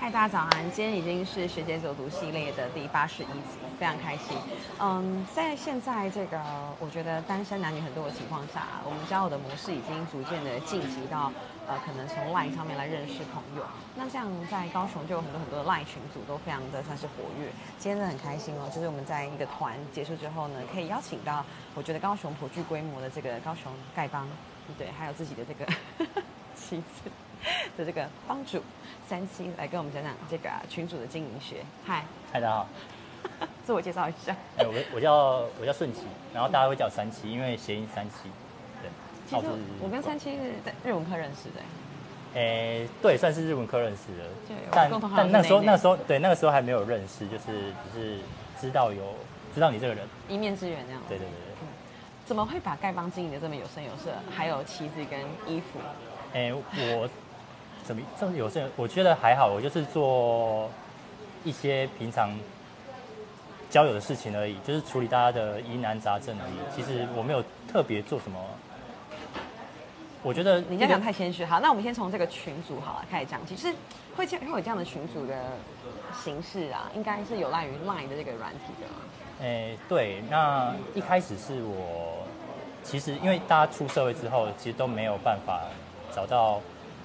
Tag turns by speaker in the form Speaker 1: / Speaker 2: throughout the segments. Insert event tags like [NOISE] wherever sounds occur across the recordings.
Speaker 1: 嗨，大家早安！今天已经是学姐走读系列的第八十一集，非常开心。嗯，在现在这个我觉得单身男女很多的情况下，我们交友的模式已经逐渐的晋级到呃，可能从 LINE 上面来认识朋友。那这样在高雄就有很多很多的 LINE 群组都非常的算是活跃。今天真的很开心哦，就是我们在一个团结束之后呢，可以邀请到我觉得高雄颇具规模的这个高雄丐帮，对，还有自己的这个 [LAUGHS] 妻子。的这个帮主三七来跟我们讲讲这个啊群主的经营学。嗨，
Speaker 2: 嗨，大家好，
Speaker 1: 自我介绍一下。
Speaker 2: 哎、我我叫我叫顺奇，然后大家会叫我三七，因为谐音三七。对，
Speaker 1: 其
Speaker 2: 那
Speaker 1: 实
Speaker 2: 是
Speaker 1: 我跟三七是在日文科认识的，
Speaker 2: 哎、对，算是日文科认识的
Speaker 1: 对我，
Speaker 2: 但
Speaker 1: 共同好友
Speaker 2: 但
Speaker 1: 是
Speaker 2: 那个时候
Speaker 1: 内内
Speaker 2: 那个时候对那个时候还没有认识，就是只是知道有知道你这个人。
Speaker 1: 一面之缘这样。
Speaker 2: 对对对
Speaker 1: 怎么会把丐帮经营的这么有声有色？还有旗子跟衣服，
Speaker 2: 对，哎、我怎么这么有些我觉得还好，我就是做一些平常交友的事情而已，就是处理大家的疑难杂症而已。其实我没有特别做什么。我觉得
Speaker 1: 你
Speaker 2: 一
Speaker 1: 这样
Speaker 2: 个
Speaker 1: 讲太谦虚。好，那我们先从这个群组好了开始讲起。就是会这样会有这样的群组的形式啊，应该是有赖于 LINE 的这个软体的嘛。
Speaker 2: 诶、对，那一开始是我，其实因为大家出社会之后，其实都没有办法找到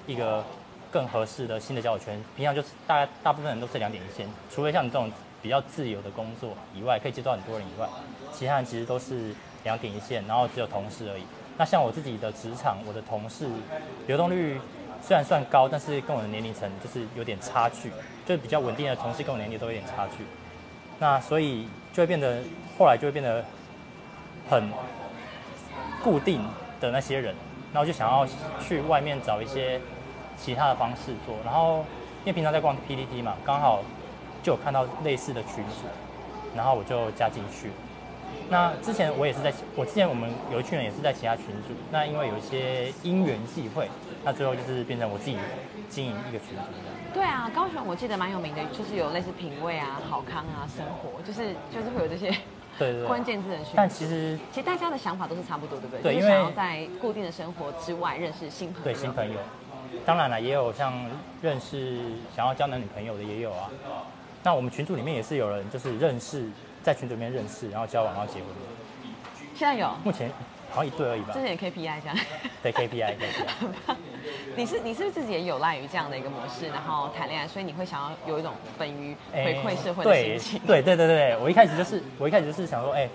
Speaker 2: 一个更合适的新的交友圈。平常就是大大部分人都是两点一线，除非像你这种比较自由的工作以外，可以接触到很多人以外，其他人其实都是两点一线，然后只有同事而已。那像我自己的职场，我的同事流动率虽然算高，但是跟我的年龄层就是有点差距，就是比较稳定的同事跟我年龄都有点差距。那所以就会变得后来就会变得很固定的那些人，然后就想要去外面找一些其他的方式做。然后因为平常在逛 PPT 嘛，刚好就有看到类似的群组，然后我就加进去。那之前我也是在，我之前我们有一群人也是在其他群组，那因为有一些因缘际会，那最后就是变成我自己经营一个群组这样。
Speaker 1: 对啊，高雄我记得蛮有名的，就是有类似品味啊、好康啊、生活，就是就是会有这些
Speaker 2: 对对对。啊
Speaker 1: 关键字的群组。
Speaker 2: 但其实
Speaker 1: 其实大家的想法都是差不多，对不对？
Speaker 2: 对
Speaker 1: 就是
Speaker 2: 因为
Speaker 1: 想要在固定的生活之外认识新朋友。
Speaker 2: 对新朋友。当然了，也有像认识想要交男女朋友的也有啊。那我们群组里面也是有人就是认识，在群组里面认识，然后交往，然后结婚的。
Speaker 1: 现在有，
Speaker 2: 目前好像一对而已吧
Speaker 1: 之。前也 KPI 这样。
Speaker 2: 对 KPI KPI。
Speaker 1: 很棒 [LAUGHS] 你是你是不是自己也有赖于这样的一个模式，然后谈恋爱，所以你会想要有一种本于回馈社会的心
Speaker 2: 哎对
Speaker 1: 情？
Speaker 2: 对对对对，我一开始就是我一开始就是想说，哎、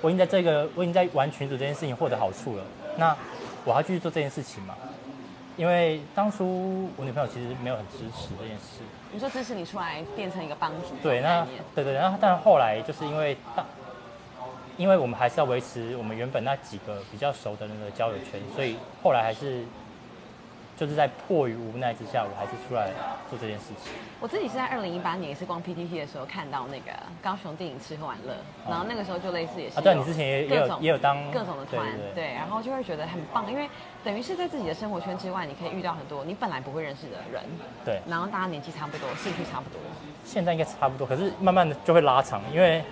Speaker 2: 我已经在这个我已经在玩群主这件事情获得好处了，那我还继续做这件事情嘛？因为当初我女朋友其实没有很支持这件事，
Speaker 1: 你说支持你出来变成一个帮主这
Speaker 2: 对，
Speaker 1: 种概
Speaker 2: 那
Speaker 1: 念，
Speaker 2: 对对，然后但后来就是因为大，因为我们还是要维持我们原本那几个比较熟的人的交友圈，所以后来还是就是在迫于无奈之下，我还是出来做这件事情。
Speaker 1: 我自己是在二零一八年也是逛 PTT 的时候看到那个高雄电影吃喝玩乐，然后那个时候就类似也是
Speaker 2: 哦啊，对啊，
Speaker 1: 有
Speaker 2: 你之前也也
Speaker 1: 各
Speaker 2: 有
Speaker 1: 种
Speaker 2: 也有当
Speaker 1: 各种的团，
Speaker 2: 对
Speaker 1: 对，然后就会觉得很棒，因为等于是在自己的生活圈之外，你可以遇到很多你本来不会认识的人，
Speaker 2: 对。
Speaker 1: 然后大家年纪差不多，兴趣差不多，
Speaker 2: 现在应该差不多，可是慢慢的就会拉长，因为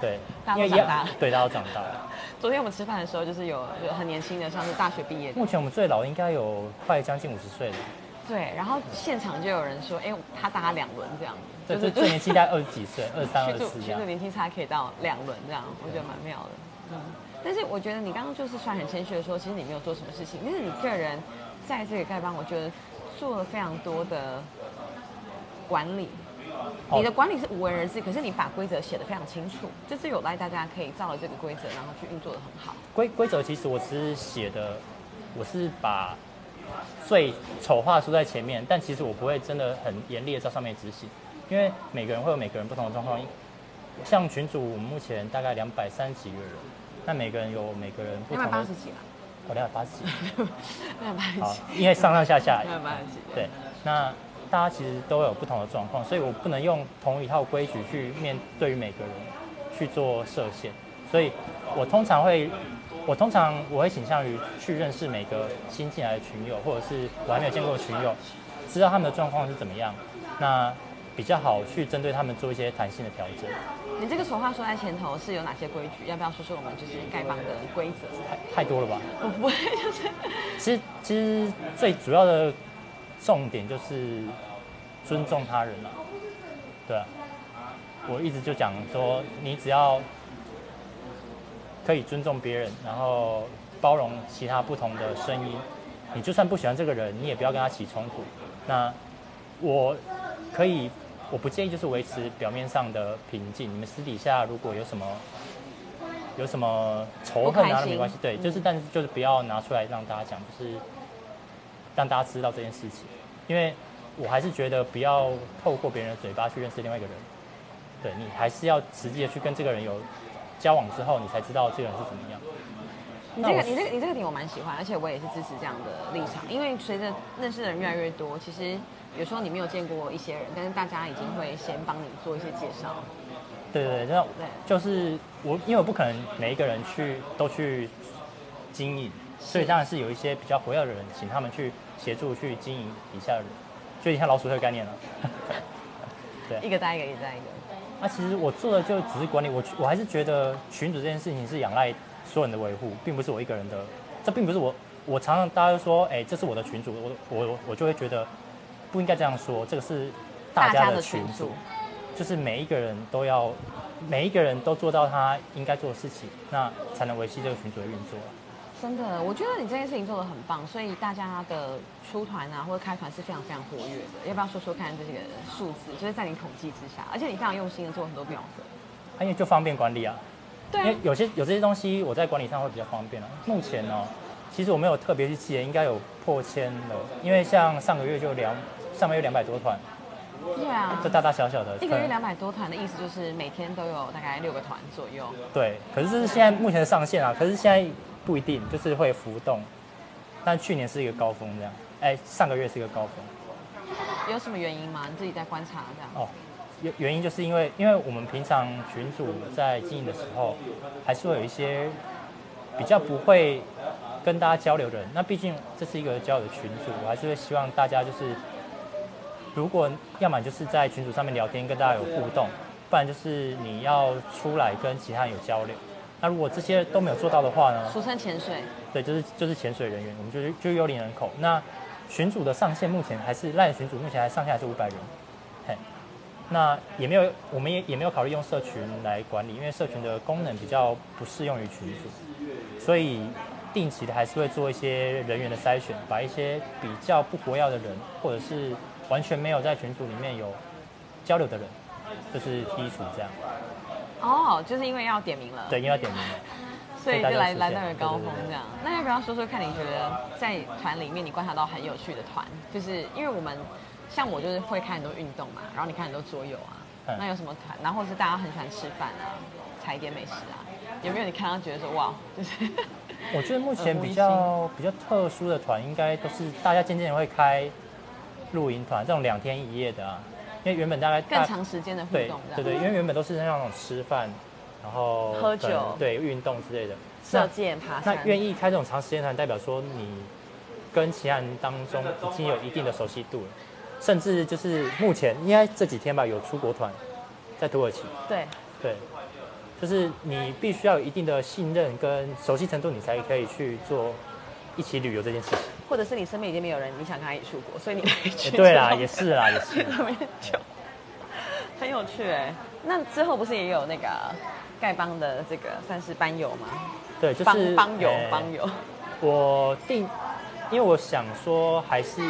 Speaker 2: 对，
Speaker 1: 大家都
Speaker 2: 因为一
Speaker 1: 长
Speaker 2: 样
Speaker 1: 大了
Speaker 2: 对，大家都长大了。
Speaker 1: 昨天我们吃饭的时候，就是有有很年轻的，像是大学毕业的，
Speaker 2: 目前我们最老应该有快将近五十岁了，
Speaker 1: 对，然后现场就有人说，哎，他搭两轮这样，
Speaker 2: 对，最最年轻大概二十几岁，二三、
Speaker 1: 群
Speaker 2: 二
Speaker 1: 主 [LAUGHS]
Speaker 2: 四这
Speaker 1: 群
Speaker 2: 样
Speaker 1: 主。年轻差可以到两轮这样，我觉得蛮妙的。嗯，但是我觉得你刚刚就是算很谦虚的说，其实你没有做什么事情，但是你个人在这个丐帮，我觉得做了非常多的管理。
Speaker 2: 哦
Speaker 1: 你的管理是无为而治，可是你把规则写得非常清楚，这是有赖大家可以照着这个规则，然后去运作的很好。
Speaker 2: 规规则其实我只是写的，我是把最丑话说在前面，但其实我不会真的很严厉的照上面执行，因为每个人会有每个人不同的状况。像群主，我们目前大概两百三十几个人，那每个人有每个人不
Speaker 1: 两百
Speaker 2: 同的
Speaker 1: 八十几了，
Speaker 2: 哦，两百八十几，
Speaker 1: 两百八
Speaker 2: 好
Speaker 1: 十几，，
Speaker 2: 因为上上下下，
Speaker 1: 两百八十几，
Speaker 2: 对，那大家其实都会有不同的状况，所以我不能用同一套规矩去面对于每个人去做设限，所以我通常会，我通常我会倾向于去认识每个新进来的群友，或者是我还没有见过的群友，知道他们的状况是怎么样，那比较好去针对他们做一些弹性的调整。
Speaker 1: 你这个丑话说在前头是有哪些规矩？要不要说说我们就是丐帮的规则？ [LAUGHS]
Speaker 2: 太多了吧？
Speaker 1: 我不会，就是
Speaker 2: 其实其实最主要的重点就是尊重他人了、对啊，我一直就讲说，你只要可以尊重别人，然后包容其他不同的声音，你就算不喜欢这个人，你也不要跟他起冲突。那我可以，我不介意，就是维持表面上的平静。你们私底下如果有什么有什么仇
Speaker 1: 不
Speaker 2: 恨
Speaker 1: 开
Speaker 2: 啊，
Speaker 1: 心
Speaker 2: 没关系，对，
Speaker 1: 嗯
Speaker 2: 就是但是就是不要拿出来让大家讲，就是让大家知道这件事情，因为我还是觉得不要透过别人的嘴巴去认识另外一个人，对你还是要实际的去跟这个人有交往之后，你才知道这个人是怎么样。
Speaker 1: 你
Speaker 2: 那
Speaker 1: 这
Speaker 2: 我
Speaker 1: 个你这个你这个点我蛮喜欢，而且我也是支持这样的立场，因为随着认识的人越来越多，其实有时候你没有见过一些人，但是大家已经会先帮你做一些介绍。
Speaker 2: 对对对，那
Speaker 1: 对
Speaker 2: 就是我，因为我不可能每一个人去都去经营，所以当然是有一些比较活跃的人，请他们去协助去经营底下的人，就有点像老鼠会的概念了。
Speaker 1: 一个带一个，一个带一个。
Speaker 2: 那、其实我做的就只是管理，我我还是觉得群主这件事情是仰赖所有人的维护，并不是我一个人的。这并不是我，我常常大家都说，哎、这是我的群主，我我我就会觉得不应该这样说，这个是大家的群主，就是每一个人都要，每一个人都做到他应该做的事情，那才能维系这个群组的运作。啊
Speaker 1: 真的，我觉得你这件事情做的很棒，所以大家的出团啊或者开团是非常非常活跃的。要不要说说看这个数字？就是在你统计之下，而且你非常用心的做很多表格。
Speaker 2: 啊因为就方便管理啊，因
Speaker 1: 对
Speaker 2: 为
Speaker 1: 啊，
Speaker 2: 有些有这些东西我在管理上会比较方便啊。目前呢、其实我没有特别去记，应该有破千了，因为像上个月就两，上个月两百多团，
Speaker 1: 对啊
Speaker 2: 就。大大小小的，
Speaker 1: 一个月
Speaker 2: 可能
Speaker 1: 两百多团的意思就是每天都有大概六个团左右。
Speaker 2: 对，可是这是现在目前的上限啊，可是现在不一定，就是会浮动。但去年是一个高峰，这样，哎，上个月是一个高峰。
Speaker 1: 有什么原因吗？你自己在观察这样。
Speaker 2: 哦，原原因就是因为因为我们平常群主在经营的时候，还是会有一些比较不会跟大家交流的人。那毕竟这是一个交友的群组，我还是会希望大家就是，如果要么就是在群组上面聊天，跟大家有互动，不然就是你要出来跟其他人有交流。那如果这些都没有做到的话呢？
Speaker 1: 俗称潜水，
Speaker 2: 对，就是就是潜水人员，我们就是就是幽灵人口。那群主的上限目前还是赖群主目前还上限还是五百人，嘿，那也没有，我们也也没有考虑用社群来管理，因为社群的功能比较不适用于群主，所以定期的还是会做一些人员的筛选，把一些比较不活跃的人，或者是完全没有在群组里面有交流的人，就是剔除这样。
Speaker 1: 哦，就是因为要点名了，
Speaker 2: 对，因为要点名了。
Speaker 1: 所以就来
Speaker 2: 所以
Speaker 1: 来
Speaker 2: 大家都是这
Speaker 1: 到
Speaker 2: 样
Speaker 1: 了高峰这样。那要不要说说看，你觉得在团里面你观察到很有趣的团，就是因为我们像我就是会看很多运动嘛，然后你看很多桌游啊，
Speaker 2: 嗯
Speaker 1: 那有什么团，然后或者是大家很喜欢吃饭啊，踩点美食啊，有没有你看到觉得说哇，就是
Speaker 2: [LAUGHS] 我觉得目前
Speaker 1: 呃
Speaker 2: 比较比较特殊的团，应该都是大家渐渐会开露营团这种两天一夜的啊，因为原本大概
Speaker 1: 更
Speaker 2: 大
Speaker 1: 长时间的互
Speaker 2: 对
Speaker 1: 动这样？
Speaker 2: 对对，因为原本都是那种吃饭，然后
Speaker 1: 喝酒
Speaker 2: 可能对运动之类的。
Speaker 1: 射箭、爬
Speaker 2: 那
Speaker 1: 山，
Speaker 2: 那愿意开这种长时间团，代表说你跟其他人当中已经有一定的熟悉度了，甚至就是目前应该这几天吧，有出国团在土耳其，
Speaker 1: 对，
Speaker 2: 对，就是你必须要有一定的信任跟熟悉程度，你才可以去做一起旅游这件事情。
Speaker 1: 或者是你身边已经没有人，你想跟他一起出国，所以你可以去这
Speaker 2: 哎
Speaker 1: 种。
Speaker 2: 对啦，也是啦，也
Speaker 1: 去 [LAUGHS]
Speaker 2: 是。
Speaker 1: 那边酒，很有趣哎。那之后不是也有那个丐帮的这个算是班友吗？
Speaker 2: 对，就是
Speaker 1: 帮帮友
Speaker 2: 哎
Speaker 1: 帮友，
Speaker 2: 我定，因为我想说，还是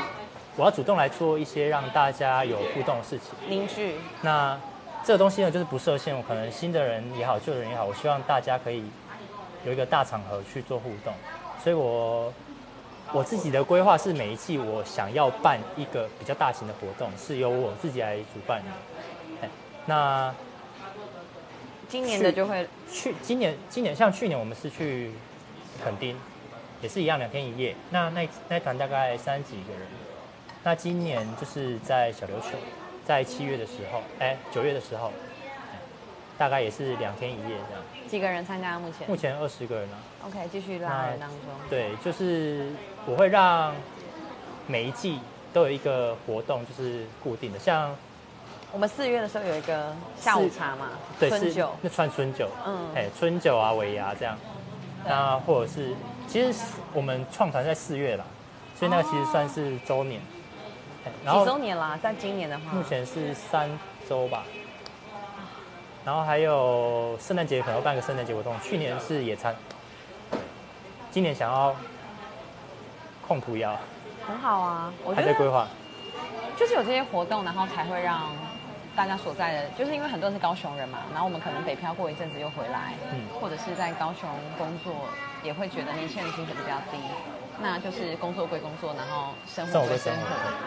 Speaker 2: 我要主动来做一些让大家有互动的事情。
Speaker 1: 凝聚
Speaker 2: 那这个东西呢，就是不设限，我可能新的人也好，旧的人也好，我希望大家可以有一个大场合去做互动。所以我我自己的规划是，每一季我想要办一个比较大型的活动，是由我自己来主办的。哎那
Speaker 1: 今年的就会
Speaker 2: 去今年今年像去年我们是去垦丁，也是一样两天一夜。那那那团大概三十几个人。那今年就是在小琉球，在七月的时候，哎，九月的时候，哎大概也是两天一夜这样。
Speaker 1: 几个人参加？目前
Speaker 2: 目前二十个人啊。
Speaker 1: OK，继续拉人当中，
Speaker 2: 对，就是我会让每一季都有一个活动，就是固定的，像
Speaker 1: 我们四月的时候有一个下午茶嘛，
Speaker 2: 对
Speaker 1: 春
Speaker 2: 是
Speaker 1: 酒，
Speaker 2: 那穿春酒，
Speaker 1: 嗯
Speaker 2: 哎，春酒啊，尾牙这样，那或者是，其实我们创团在四月啦，所以那个其实算是周年，哎然
Speaker 1: 哦几
Speaker 2: 后
Speaker 1: 周年啦？在今年的话，
Speaker 2: 目前是三周吧，然后还有圣诞节可能会办个圣诞节活动，去年是野餐，今年想要控葡窑，
Speaker 1: 很好啊，我觉
Speaker 2: 还在规
Speaker 1: 得
Speaker 2: 划。
Speaker 1: 就是有这些活动，然后才会让大家所在的，就是因为很多人是高雄人嘛，然后我们可能北漂过一阵子又回来，
Speaker 2: 嗯
Speaker 1: 或者是在高雄工作，也会觉得年轻人薪水比较低。那就是工作归工作，然后生活归生
Speaker 2: 生活归生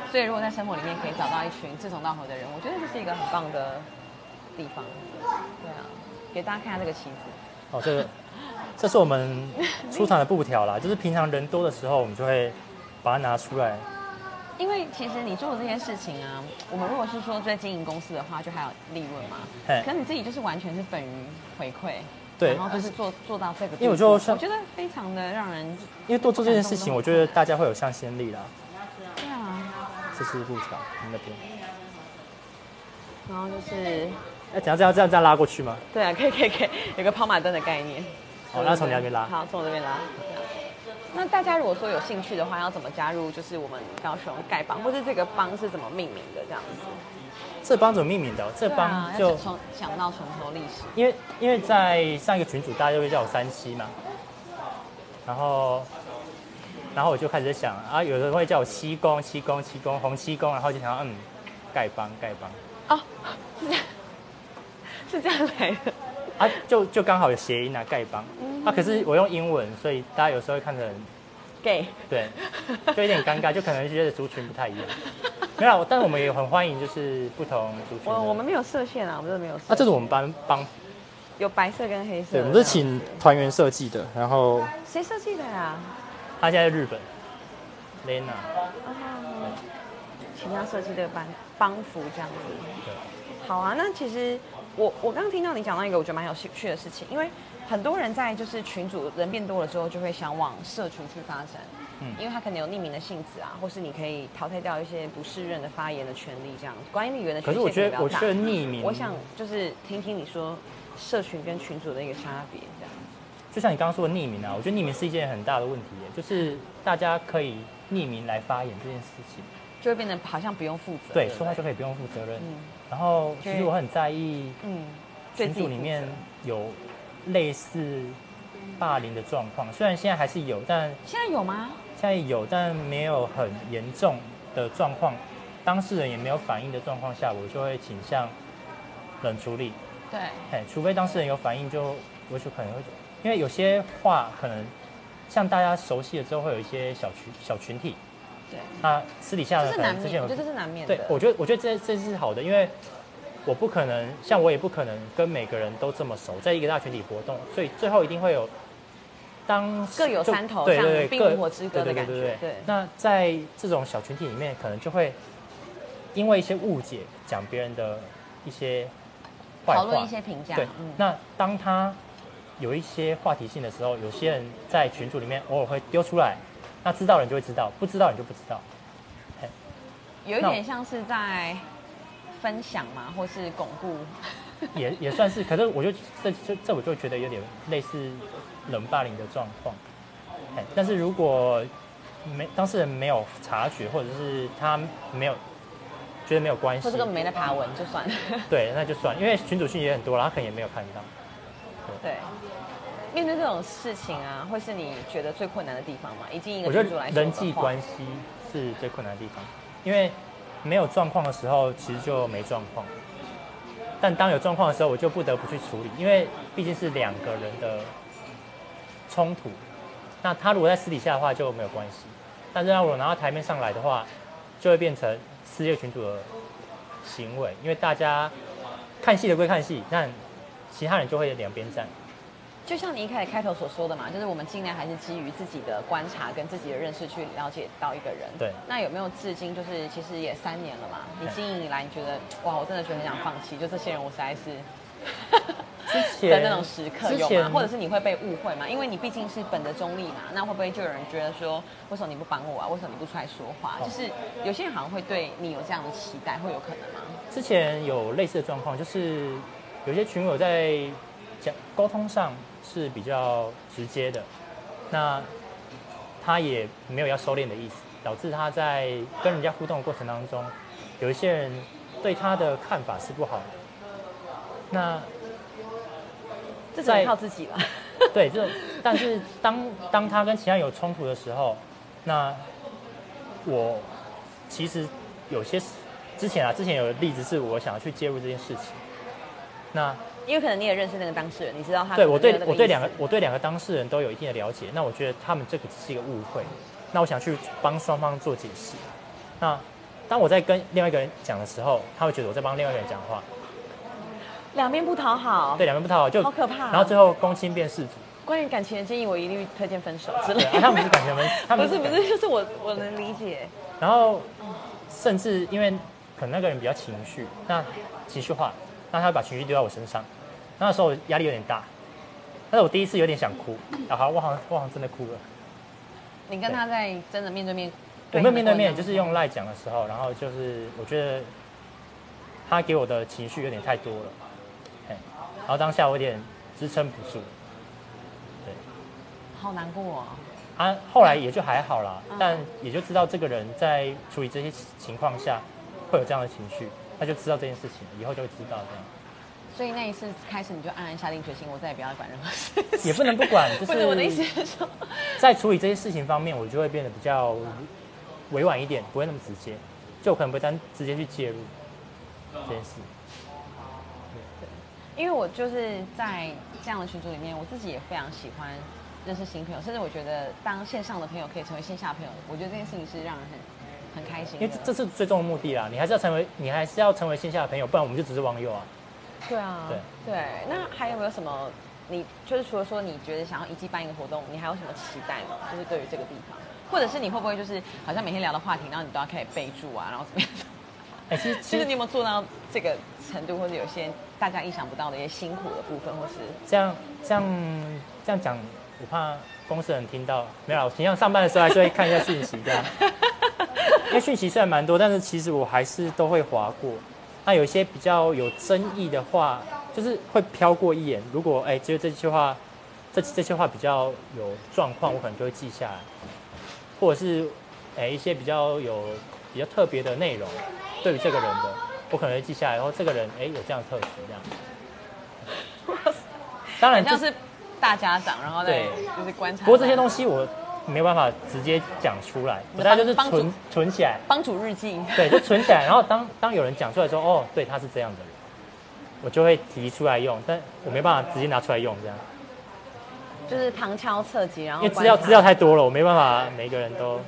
Speaker 1: 活。所以如果在生活里面可以找到一群志同道合的人，我觉得这是一个很棒的地方。对啊，给大家看一下这个旗子。
Speaker 2: 哦，这个这是我们出场的布条啦，就是平常人多的时候，我们就会把它拿出来。
Speaker 1: 因为其实你做的这些事情啊，我们如果是说在经营公司的话，就还有利润嘛。
Speaker 2: 嘿
Speaker 1: 可你自己就是完全是本于回馈，
Speaker 2: 对
Speaker 1: 然后就是做做到这个地步，
Speaker 2: 因为我就像
Speaker 1: 我觉得非常的让人，
Speaker 2: 因为多做这件事情，我觉得大家会有向心力啦。
Speaker 1: 对啊，
Speaker 2: 这是布条，你那边。
Speaker 1: 然后就是
Speaker 2: 哎，怎样这样这样这样拉过去吗？
Speaker 1: 对啊，可以 [LAUGHS] 可以可以，有个跑马灯的概念。
Speaker 2: 哦那从你那边拉
Speaker 1: 好，从我这边拉。那大家如果说有兴趣的话，要怎么加入？就是我们高雄丐帮，或是这个帮是怎么命名的这样子？
Speaker 2: 这帮怎么命名的哦？这
Speaker 1: 对
Speaker 2: 帮
Speaker 1: 啊，
Speaker 2: 就
Speaker 1: 要从想到从头历史。
Speaker 2: 因为因为在上一个群组，大家就会叫我三七嘛，然后然后我就开始在想啊，有人会叫我七公七公七公红七公，然后就想到嗯，丐帮丐帮
Speaker 1: 哦， [LAUGHS] 是这样，是这样来的。
Speaker 2: 啊，就就刚好有谐音啊，丐帮
Speaker 1: 嗯
Speaker 2: 啊，可是我用英文，所以大家有时候会看得很
Speaker 1: gay， [LAUGHS]
Speaker 2: 对，就有点尴尬，就可能觉得族群不太一样。没有啊，但我们也很欢迎就是不同族群的。
Speaker 1: 我我们没有设限啊，我们真的没有设限。
Speaker 2: 啊，这是我们班帮，
Speaker 1: 有白色跟黑色的。
Speaker 2: 对，我们是请团员设计的，然后
Speaker 1: 谁设计的呀、
Speaker 2: 他现在在日本，Lena。
Speaker 1: 哦，请他设计的帮帮扶这样子
Speaker 2: 对。
Speaker 1: 好啊，那其实我我刚刚听到你讲到一个我觉得蛮有兴趣的事情，因为很多人在就是群主人变多了之后，就会想往社群去发展，
Speaker 2: 嗯
Speaker 1: 因为他可能有匿名的性质啊，或是你可以淘汰掉一些不适任的发言的权利，这样管理员的
Speaker 2: 可
Speaker 1: 权
Speaker 2: 是
Speaker 1: 限
Speaker 2: 我觉
Speaker 1: 比
Speaker 2: 得，
Speaker 1: 较
Speaker 2: 我
Speaker 1: 大
Speaker 2: 觉得匿名，
Speaker 1: 我想就是听听你说社群跟群主的一个差别，这样。
Speaker 2: 就像你刚刚说的匿名啊，我觉得匿名是一件很大的问题耶，就是大家可以匿名来发言这件事情，
Speaker 1: 就会变得好像不用负责。
Speaker 2: 对，
Speaker 1: 不
Speaker 2: 说话就可以不用负责任。
Speaker 1: 嗯
Speaker 2: 然后其实我很在意
Speaker 1: 嗯，对
Speaker 2: 群
Speaker 1: 自己
Speaker 2: 组里面有类似霸凌的状况，虽然现在还是有，但
Speaker 1: 现在有吗？
Speaker 2: 现在有但没有很严重的状况，当事人也没有反应的状况下，我就会倾向冷处理。
Speaker 1: 对，
Speaker 2: 嘿，除非当事人有反应就，我就可能会，因为有些话可能像大家熟悉了之后，会有一些小群小群体，
Speaker 1: 对，
Speaker 2: 那私底下
Speaker 1: 这
Speaker 2: 呢
Speaker 1: 是
Speaker 2: 呃可
Speaker 1: 难
Speaker 2: 能之
Speaker 1: 免，
Speaker 2: 前
Speaker 1: 我
Speaker 2: 有
Speaker 1: 觉得这是难免的。
Speaker 2: 对，我觉得我觉得这这是好的，因为我不可能像我也不可能跟每个人都这么熟，在一个大群体活动，所以最后一定会有当
Speaker 1: 各有
Speaker 2: 就
Speaker 1: 山头
Speaker 2: 对
Speaker 1: 像
Speaker 2: 对对，
Speaker 1: 冰
Speaker 2: 各
Speaker 1: 与火之歌的
Speaker 2: 对对
Speaker 1: 感
Speaker 2: 对
Speaker 1: 觉
Speaker 2: 对对
Speaker 1: 对
Speaker 2: 那在这种小群体里面，可能就会因为一些误解讲别人的一些坏话，
Speaker 1: 讨论一些评价，
Speaker 2: 对，
Speaker 1: 嗯，
Speaker 2: 那当他有一些话题性的时候，有些人在群组里面偶尔会丢出来，那知道人就会知道，不知道人就不知道。
Speaker 1: 有一
Speaker 2: 那
Speaker 1: 点像是在分享嘛，或是巩固。
Speaker 2: 也也算是，可是我就这这这我就觉得有点类似冷霸凌的状况。哎，但是如果没当事人没有察觉，或者是他没有觉得没有关系
Speaker 1: 或，是根本没在爬文就算了， [LAUGHS]
Speaker 2: 对，那就算，因为群主讯也很多啦，他可能也没有看到。
Speaker 1: 对。面对这种事情啊，会是你觉得最困难的地方吗？以经营一
Speaker 2: 我
Speaker 1: 个
Speaker 2: 觉
Speaker 1: 群主来
Speaker 2: 得
Speaker 1: 说的
Speaker 2: 人
Speaker 1: 话
Speaker 2: 际关系是最困难的地方，因为没有状况的时候，其实就没状况。但当有状况的时候，我就不得不去处理，因为毕竟是两个人的冲突。那他如果在私底下的话就没有关系，但是让我拿到台面上来的话，就会变成撕裂群主的行为，因为大家看戏的归看戏，但其他人就会两边站。
Speaker 1: 就像你一开始开头所说的嘛，就是我们尽量还是基于自己的观察跟自己的认识去了解到一个人。
Speaker 2: 对
Speaker 1: 那有没有至今就是其实也三年了嘛？你
Speaker 2: 对
Speaker 1: 经营以来，你觉得哇，我真的觉得很想放弃，就这些人我实在是
Speaker 2: 之前
Speaker 1: 的那种时刻
Speaker 2: 之
Speaker 1: 有吗？
Speaker 2: 前
Speaker 1: 或者是你会被误会嘛？因为你毕竟是本着中立嘛，那会不会就有人觉得说，为什么你不帮我啊？为什么你不出来说话？
Speaker 2: 哦
Speaker 1: 就是有些人好像会对你有这样的期待，会有可能吗？
Speaker 2: 之前有类似的状况，就是有些群友在讲沟通上是比较直接的，那他也没有要收敛的意思，导致他在跟人家互动的过程当中，有一些人对他的看法是不好的。那
Speaker 1: 这只能靠自己了。
Speaker 2: 对，这种，但是当当他跟其他人有冲突的时候，那我其实有些之前啊，之前有例子是我想要去介入这件事情。那
Speaker 1: [LAUGHS] 因为可能你也认识那个当事人，你知道他
Speaker 2: 对我对
Speaker 1: 可能没有那
Speaker 2: 我对
Speaker 1: 意思
Speaker 2: 两个我对两个当事人都有一定的了解，那我觉得他们这个只是一个误会，那我想去帮双方做解释。那当我在跟另外一个人讲的时候，他会觉得我在帮另外一个人讲话，
Speaker 1: 两边不讨好，
Speaker 2: 对，两边不讨好，就
Speaker 1: 哦好可怕哦
Speaker 2: 然后最后公亲变世主，
Speaker 1: 关于感情的建议，我一律推荐分手之类
Speaker 2: 对，
Speaker 1: 的。
Speaker 2: 啊他们不是感情
Speaker 1: [LAUGHS]
Speaker 2: 分，他
Speaker 1: 不
Speaker 2: 们
Speaker 1: 是
Speaker 2: 感
Speaker 1: 不是，就是我我能理解，
Speaker 2: 然后甚至因为可能那个人比较情绪，那情绪化，那他会把情绪丢到我身上，那时候压力有点大，但是我第一次有点想哭，啊好，我好像我好像真的哭了。
Speaker 1: 你跟他在真的面对面，
Speaker 2: 我们面
Speaker 1: 他的过
Speaker 2: 对
Speaker 1: 程
Speaker 2: 面
Speaker 1: 中
Speaker 2: 就是用赖讲的时候，然后就是我觉得他给我的情绪有点太多了，嘿，然后当下我有点支撑不住，
Speaker 1: 好难过哦。
Speaker 2: 啊，后来也就还好啦
Speaker 1: 嗯，
Speaker 2: 但也就知道这个人在处理这些情况下会有这样的情绪，他就知道这件事情，以后就会知道这样。
Speaker 1: 所以那一次开始，你就暗暗下定决心，我再也不要管任何事情。
Speaker 2: 也不能不管，就
Speaker 1: 不是我的意思
Speaker 2: 是
Speaker 1: 是说，
Speaker 2: 在处理这些事情方面，我就会变得比较委婉一点，不会那么直接，就我可能不会单直接去介入这件事。
Speaker 1: 因为我就是在这样的群组里面，我自己也非常喜欢认识新朋友，甚至我觉得当线上的朋友可以成为线下的朋友，我觉得这件事情是让人很很开心
Speaker 2: 因为
Speaker 1: 的。
Speaker 2: 这这是最终的目的啦，你还是要成为，你还是要成为线下的朋友，不然我们就只是网友啊。
Speaker 1: 对啊，
Speaker 2: 对
Speaker 1: 对。那还有没有什么？你就是除了说你觉得想要一季办一个活动，你还有什么期待吗？就是对于这个地方，或者是你会不会就是好像每天聊的话题，然后你都要开始备注啊，然后怎么样？
Speaker 2: 哎、其实
Speaker 1: 其
Speaker 2: 其
Speaker 1: 实你
Speaker 2: 实
Speaker 1: 有没有做到这个程度，或者有些大家意想不到的一些辛苦的部分，或是
Speaker 2: 这样这样这样讲，我怕公司人听到。没有啦，我平常上班的时候还是会看一下讯息这样， [LAUGHS] 因为讯息虽然蛮多，但是其实我还是都会划过。那有一些比较有争议的话，就是会飘过一眼。如果哎、觉得这句话这这些话比较有状况，我可能就会记下来，或者是诶、一些比较有比较特别的内容，对于这个人的，我可能会记下来。然后这个人哎诶、有这样的特质这样。当然
Speaker 1: 很
Speaker 2: 这
Speaker 1: 像是大家长，然后再
Speaker 2: 对
Speaker 1: 就是观察。
Speaker 2: 不过这些东西我没有办法直接讲出来，
Speaker 1: 你
Speaker 2: 我
Speaker 1: 的
Speaker 2: 大概就是
Speaker 1: 帮帮
Speaker 2: 存存起来，
Speaker 1: 帮主日记，
Speaker 2: 对，就存起来。然后当当有人讲出来说，哦，对，他是这样的人，我就会提出来用，但我没办法直接拿出来用这样，
Speaker 1: [LAUGHS] 就是旁敲侧击，然
Speaker 2: 因
Speaker 1: 后
Speaker 2: 为资料
Speaker 1: 观察
Speaker 2: 资料太多了，我没办法每个人都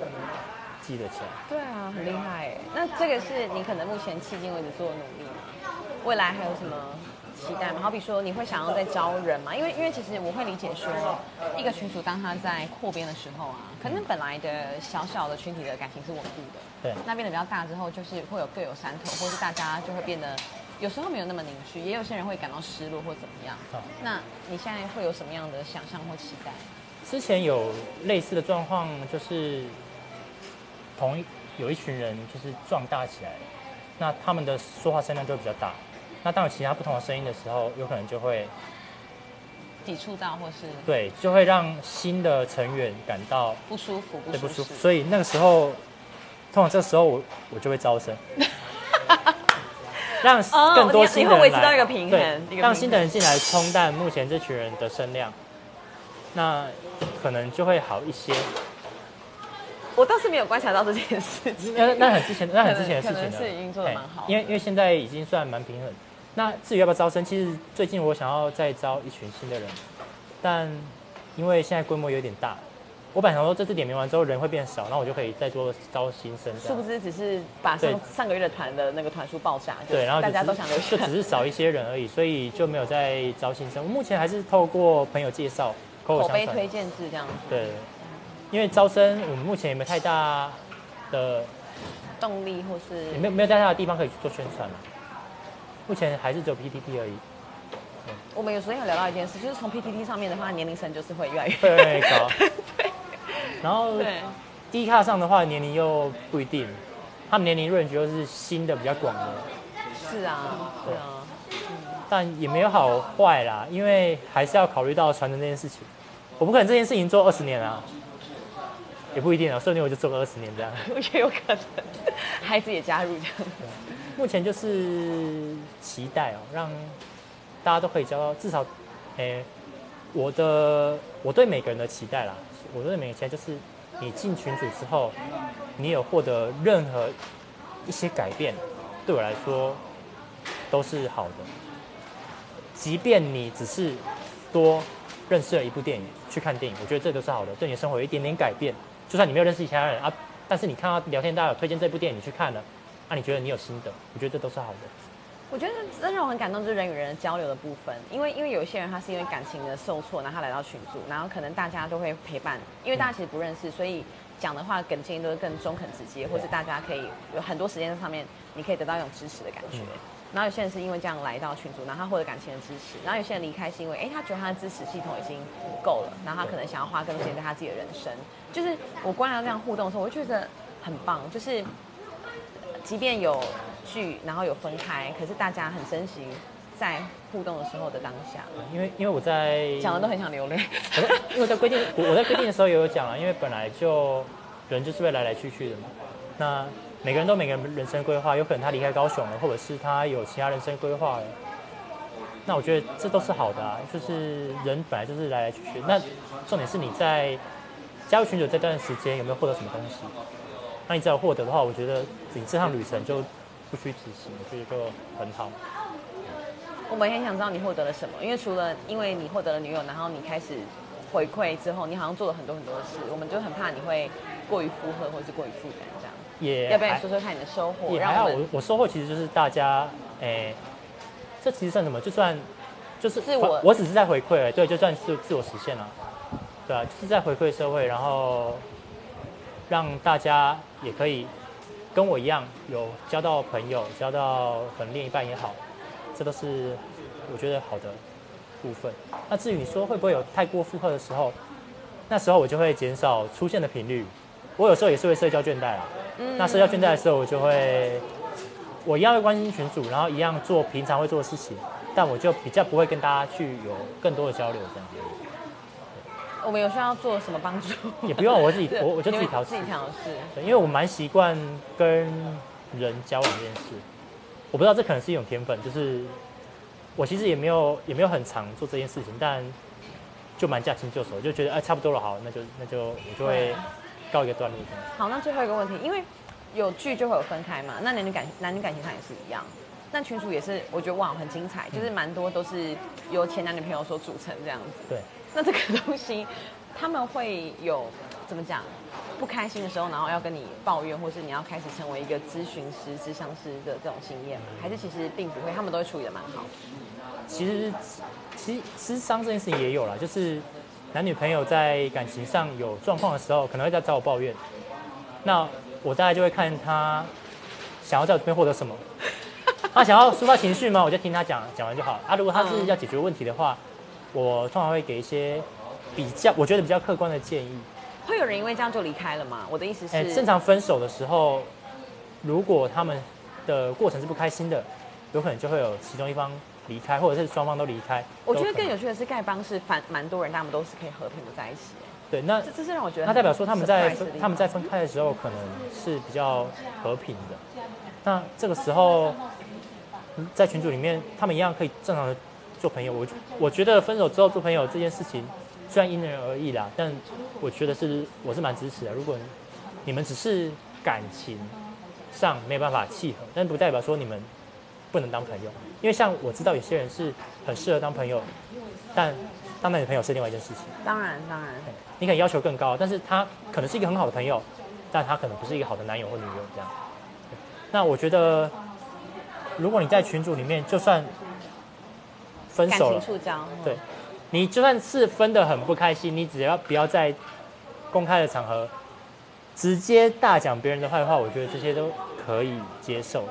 Speaker 2: 记得起来。
Speaker 1: 对啊，很厉害耶。那这个是你可能目前迄今为止做的努力吗？未来还有什么期待吗？好比说，你会想要再招人吗？因为因为其实我会理解说，一个群主当他在扩编的时候啊，可能本来的小小的群体的感情是稳固的，
Speaker 2: 对
Speaker 1: 那变得比较大之后，就是会有各有山头，或是大家就会变得有时候没有那么凝聚，也有些人会感到失落或怎么样
Speaker 2: 好。
Speaker 1: 那你现在会有什么样的想象或期待？
Speaker 2: 之前有类似的状况，就是同一有一群人就是壮大起来，那他们的说话声量就会比较大。那当有其他不同的声音的时候，有可能就会
Speaker 1: 抵触到或是
Speaker 2: 对，就会让新的成员感到
Speaker 1: 不舒服、不
Speaker 2: 对不
Speaker 1: 舒
Speaker 2: 舒服，
Speaker 1: 适？
Speaker 2: 所以那个时候，通常这时候我我就会招生，让
Speaker 1: 哦
Speaker 2: 更多
Speaker 1: 你
Speaker 2: 新
Speaker 1: 你
Speaker 2: 的
Speaker 1: 会
Speaker 2: 人
Speaker 1: 维持
Speaker 2: 来
Speaker 1: 到一个平衡
Speaker 2: 对
Speaker 1: 一个平衡
Speaker 2: 让新的人进来冲淡目前这群人的声量，那可能就会好一些。
Speaker 1: 我倒是没有观察到这件事情。
Speaker 2: 那那很之前，那很
Speaker 1: 可能
Speaker 2: 之前的事
Speaker 1: 可
Speaker 2: 情
Speaker 1: 能
Speaker 2: 了，
Speaker 1: 是已经做得
Speaker 2: 对
Speaker 1: 蛮好
Speaker 2: 因为因为现在已经算蛮平衡。那至于要不要招生，其实最近我想要再招一群新的人，但因为现在规模有点大，我本来想说这次点名完之后人会变少，那我就可以再多招新生这
Speaker 1: 殊不
Speaker 2: 样。
Speaker 1: 知只是把上
Speaker 2: 啊对
Speaker 1: 上个月的团的那个团数爆炸，就
Speaker 2: 对，然后就
Speaker 1: 大家
Speaker 2: 只
Speaker 1: 都想留
Speaker 2: 就
Speaker 1: 下
Speaker 2: 只。是少一些人而已，所以就没有再招新生。我目前还是透过朋友介绍、口口
Speaker 1: 口
Speaker 2: 相
Speaker 1: 碑
Speaker 2: 传。
Speaker 1: 推荐制这样子，
Speaker 2: 对，因为招生我们目前也没太大的
Speaker 1: 动力或是
Speaker 2: 也没有没有太大的地方可以去做宣传嘛。目前还是只有 PTT 而已，
Speaker 1: 我们有昨天有聊到一件事，就是从 PTT 上面的话，年龄层就是会越来越
Speaker 2: 会越来越高
Speaker 1: 对
Speaker 2: 然后
Speaker 1: [LAUGHS] 对，
Speaker 2: D 卡上的话年龄又不一定，他们年龄 range 又是新的比较广的，
Speaker 1: 是啊，是啊。
Speaker 2: 但也没有好坏啦，因为还是要考虑到传承这件事情。我不可能这件事情做二十年啊，也不一定啊，说不定我就做个二十年这样。
Speaker 1: 我觉得有可能，孩子也加入这样。
Speaker 2: 目前就是期待哦，让大家都可以交到至少，诶、我的我对每个人的期待啦，我对每个人期待就是你进群组之后，你有获得任何一些改变，对我来说都是好的。即便你只是多认识了一部电影去看电影，我觉得这都是好的，对你的生活有一点点改变。就算你没有认识其他人啊，但是你看到聊天大家有推荐这部电影，你去看了。啊，你觉得你有心得，我觉得这都是好的。
Speaker 1: 我觉得真让我很感动，就是人与人交流的部分，因为因为有一些人他是因为感情的受挫，然后他来到群组，然后可能大家都会陪伴，嗯因为大家其实不认识，所以讲的话跟建议都是更中肯直接，或是大家可以有很多时间在上面，你可以得到一种支持的感觉。然后有些人是因为这样来到群组，然后他获得感情的支持，然后有些人离开是因为，哎，他觉得他的支持系统已经够了，然后他可能想要花更多时间在他自己的人生。就是我观察到这样互动的时候，我就觉得很棒，就是即便有聚，然后有分开，可是大家很珍惜在互动的时候的当下，
Speaker 2: 因为因为我在
Speaker 1: 讲的都很想流泪。
Speaker 2: 我在因为我
Speaker 1: [LAUGHS]
Speaker 2: 在规定我我在规定的时候也有讲啊，因为本来就人就是会来来去去的嘛。那每个人都有每个人人生规划，有可能他离开高雄了，或者是他有其他人生规划了。那我觉得这都是好的啊，就是人本来就是来来去去。那重点是你在加入群组这段时间有没有获得什么东西？那你只要有获得的话，我觉得你这趟旅程就不虚此行，我觉得就很好。
Speaker 1: 我们也很想知道你获得了什么，因为除了因为你获得了女友，然后你开始回馈之后，你好像做了很多很多的事，我们就很怕你会过于负荷或是过于负担这样。
Speaker 2: 也
Speaker 1: 要不要
Speaker 2: 还
Speaker 1: 你说说看你的收获？
Speaker 2: 也还好，
Speaker 1: 我
Speaker 2: 我
Speaker 1: 们
Speaker 2: 我收获其实就是大家，诶、这其实算什么？就算就是
Speaker 1: 自我
Speaker 2: 我只是在回馈而已，对，就算是自我实现了、对啊，就是在回馈社会，然后让大家也可以跟我一样有交到朋友，交到可能另一半也好，这都是我觉得好的部分。那至于你说会不会有太过负荷的时候，那时候我就会减少出现的频率。我有时候也是会社交倦怠啦，
Speaker 1: 嗯
Speaker 2: 那社交倦怠的时候，我就会我一样会关心群主，然后一样做平常会做的事情，但我就比较不会跟大家去有更多的交流，这样
Speaker 1: 我们有需要做什么帮 [LAUGHS] 助？
Speaker 2: 也不用我自己
Speaker 1: 对
Speaker 2: 我我就
Speaker 1: 你
Speaker 2: 自
Speaker 1: 们
Speaker 2: 己调
Speaker 1: 自
Speaker 2: 试
Speaker 1: 己，调试。
Speaker 2: 对因为我蛮习惯跟人交往这件事。我不知道这可能是一种天分，就是我其实也没有也没有很常做这件事情，但就蛮驾轻就熟，就觉得哎差不多了，好，那就那就我就会
Speaker 1: 对
Speaker 2: 告一个段落这样。
Speaker 1: 好，那最后一个问题，因为有聚就会有分开嘛，那男女感男女感情上也是一样。那群主也是，我觉得哇，很精彩，就是蛮多都是由前男女朋友所组成这样子。
Speaker 2: 对，
Speaker 1: 那这个东西，他们会有怎么讲？不开心的时候，然后要跟你抱怨，或是你要开始成为一个咨询师、咨商师的这种经验吗？还是其实并不会，他们都会处理的蛮好。
Speaker 2: 其实其实伤这件事情也有啦，就是男女朋友在感情上有状况的时候，可能会在找我抱怨，那我大概就会看他想要在我这边获
Speaker 1: [LAUGHS]
Speaker 2: 得什么。他想要抒发情绪吗？我就听他讲，讲完就好。啊，如果他是
Speaker 1: 嗯
Speaker 2: 要解决问题的话，我通常会给一些比较，我觉得比较客观的建议。
Speaker 1: 会有人因为这样就离开了吗？我的意思是，
Speaker 2: 哎、正常分手的时候，如果他们的过程是不开心的，有可能就会有其中一方离开，或者是双方都离开。
Speaker 1: 我觉得
Speaker 2: 都可
Speaker 1: 更
Speaker 2: 能
Speaker 1: 有趣的是，丐帮是反蛮多人，他们都是可以和平的在一起。
Speaker 2: 对，那
Speaker 1: 这这是让我觉得
Speaker 2: 那
Speaker 1: 很
Speaker 2: 代表说他们在
Speaker 1: surprise 的地方
Speaker 2: 他们在分开的时候可能是比较和平的。那这个时候，嗯在群组里面，他们一样可以正常的做朋友。我我觉得分手之后做朋友这件事情，虽然因人而异啦，但我觉得是我是蛮支持的。如果你们只是感情上没有办法契合，但不代表说你们不能当朋友。因为像我知道有些人是很适合当朋友，但当男女朋友是另外一件事情。
Speaker 1: 当然当然，
Speaker 2: 你可能要求更高，但是他可能是一个很好的朋友，但他可能不是一个好的男友或女友这样。那我觉得，如果你在群组里面，就算分
Speaker 1: 感
Speaker 2: 手
Speaker 1: 情
Speaker 2: 了，
Speaker 1: 触礁。嗯
Speaker 2: 对你就算是分的很不开心，你只要不要在公开的场合直接大讲别人的坏话，我觉得这些都可以接受。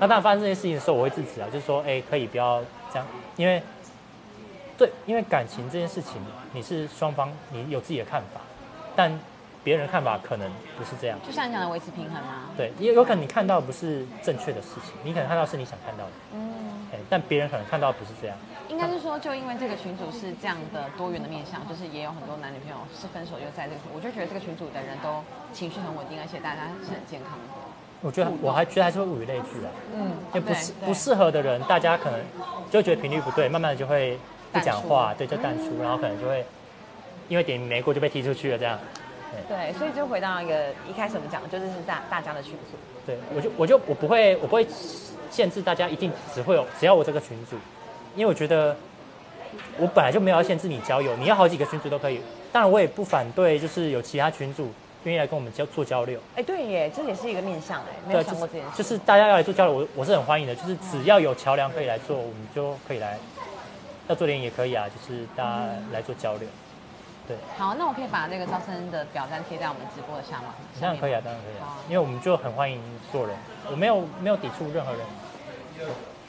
Speaker 2: 那当然发生这件事情的时候，我会制止啊，就是说，哎、可以不要这样，因为对，因为感情这件事情，你是双方，你有自己的看法，但别人的看法可能不是这样。
Speaker 1: 就像你讲的维持平衡啊。
Speaker 2: 对，也有可能你看到的不是正确的事情，你可能看到是你想看到的。嗯，哎，但别人可能看到不是这样。
Speaker 1: 应该是说，就因为这个群组是这样的多元的面向，就是也有很多男女朋友是分手又在这个群，我就觉得这个群组的人都情绪很稳定，而且大家是很健康的。
Speaker 2: 我觉得我还觉得还是会物以类聚啊，
Speaker 1: 嗯，
Speaker 2: 因为不适不适合的人，大家可能就觉得频率不对，慢慢的就会不讲话，对，就淡出，然后可能就会因为点名没过就被踢出去了这样。
Speaker 1: 对，所以就回到一个一开始我们讲的，就是是大大家的群组。
Speaker 2: 对我就我就我不会我不会限制大家一定只会有只要我这个群组，因为我觉得我本来就没有要限制你交友，你要好几个群组都可以。当然我也不反对，就是有其他群组愿意来跟我们交做交流，
Speaker 1: 哎，对耶，这也是一个面向哎，没
Speaker 2: 对
Speaker 1: 有
Speaker 2: 啊，就
Speaker 1: 想过这件
Speaker 2: 是
Speaker 1: 事。
Speaker 2: 就是大家要来做交流，我我是很欢迎的，就是只要有桥梁可以来做，我们就可以来，要做联谊也可以啊，就是大家来做交流，
Speaker 1: 嗯好，那我可以把那个招生的表单贴在我们直播的下吗？
Speaker 2: 当然可以啊，当然可以啊，
Speaker 1: 嗯
Speaker 2: 因为我们就很欢迎做人，我没有没有抵触任何人，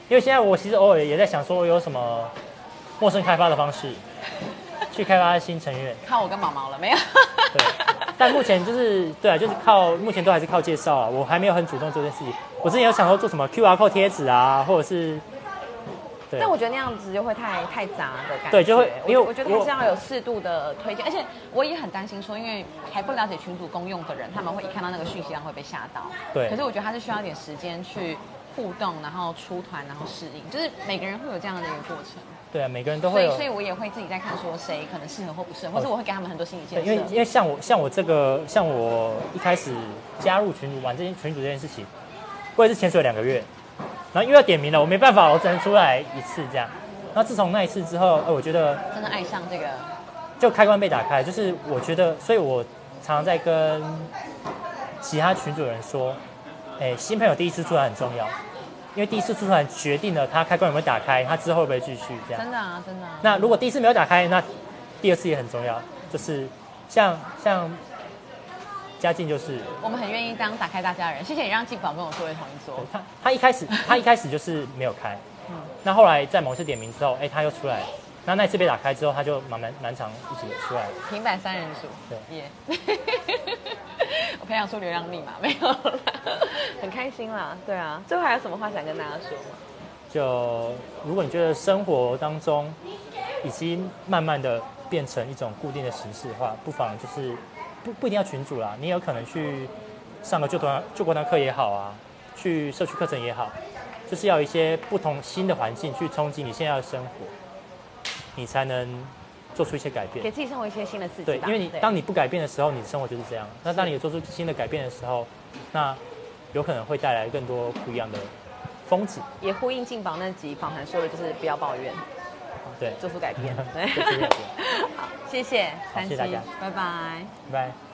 Speaker 2: 因为现在我其实偶尔也在想说有什么陌生开发的
Speaker 1: [LAUGHS]
Speaker 2: 方式，去开发新成员，
Speaker 1: 靠我跟毛毛了没有？ [LAUGHS]
Speaker 2: 对，但目前就是对啊，就是靠目前都还是靠介绍啊，我还没有很主动做这件事情，我之前有想说做什么 QR code 贴纸啊，或者是。对。
Speaker 1: 但我觉得那样子就会太太杂的感觉，
Speaker 2: 对就会因为
Speaker 1: 我我觉得还
Speaker 2: 我
Speaker 1: 是要有适度的推荐，而且我也很担心说，因为还不了解群组公用的人，他们会一看到那个讯息量会被吓到。
Speaker 2: 对
Speaker 1: 可是我觉得他是需要一点时间去互动，然后出团，然后适应，就是每个人会有这样的一个过程。
Speaker 2: 对啊，每个人都
Speaker 1: 所
Speaker 2: 会
Speaker 1: 以
Speaker 2: 有，
Speaker 1: 所以我也会自己在看说谁可能适合或不适合，或者我会给他们很多心理建
Speaker 2: 对
Speaker 1: 设。
Speaker 2: 因为因为像我像我这个像我一开始加入群主玩这件群主这件事情，我也是潜水两个月，然后又要点名了，我没办法，我只能出来一次这样。然后自从那一次之后，呃，我觉得
Speaker 1: 真的爱上这个，
Speaker 2: 就开关被打开，就是我觉得，所以我常常在跟其他群主人说，哎，新朋友第一次出来很重要，因为第一次出来决定了他开关有没有打开，他之后会不会继续这样。
Speaker 1: 真的啊，真的、啊。
Speaker 2: 那如果第一次没有打开，那第二次也很重要，就是像像嘉靖就是
Speaker 1: 我们很愿意当打开大家的人，谢谢你让静宝跟我坐在同一桌。
Speaker 2: 他他一开始他一开始就是没有开，那后来在某次点名之后，哎、他又出来了，那那一次被打开之后，他就蛮蛮蛮常一起出来的。
Speaker 1: 平板三人组，
Speaker 2: 对
Speaker 1: 耶
Speaker 2: [LAUGHS]
Speaker 1: 我培养出流量密码没有啦， [LAUGHS] 很开心啦，对啊。最后还有什么话想跟大家说吗？
Speaker 2: 就如果你觉得生活当中已经慢慢的变成一种固定的形式的话，不妨就是不不一定要群主啦，你也有可能去上个旧团旧国团课也好啊，去社区课程也好，就是要有一些不同新的环境去冲击你现在的生活，你才能做出一些改变
Speaker 1: 给。自己生活一些新的刺激
Speaker 2: 对，
Speaker 1: 吧。
Speaker 2: 因为你
Speaker 1: 对
Speaker 2: 当你不改变的时候，你的生活就是这样。那当你有做出新的改变的时候，那有可能会带来更多不一样的风景。
Speaker 1: 也呼应静宝那集访谈说的，就是不要抱怨，
Speaker 2: 对，
Speaker 1: 做出改变。对
Speaker 2: [LAUGHS] 做出改变，
Speaker 1: [LAUGHS] 好，谢谢
Speaker 2: 好
Speaker 1: 三七，
Speaker 2: 谢谢大家
Speaker 1: 拜拜。
Speaker 2: [LAUGHS] 拜拜。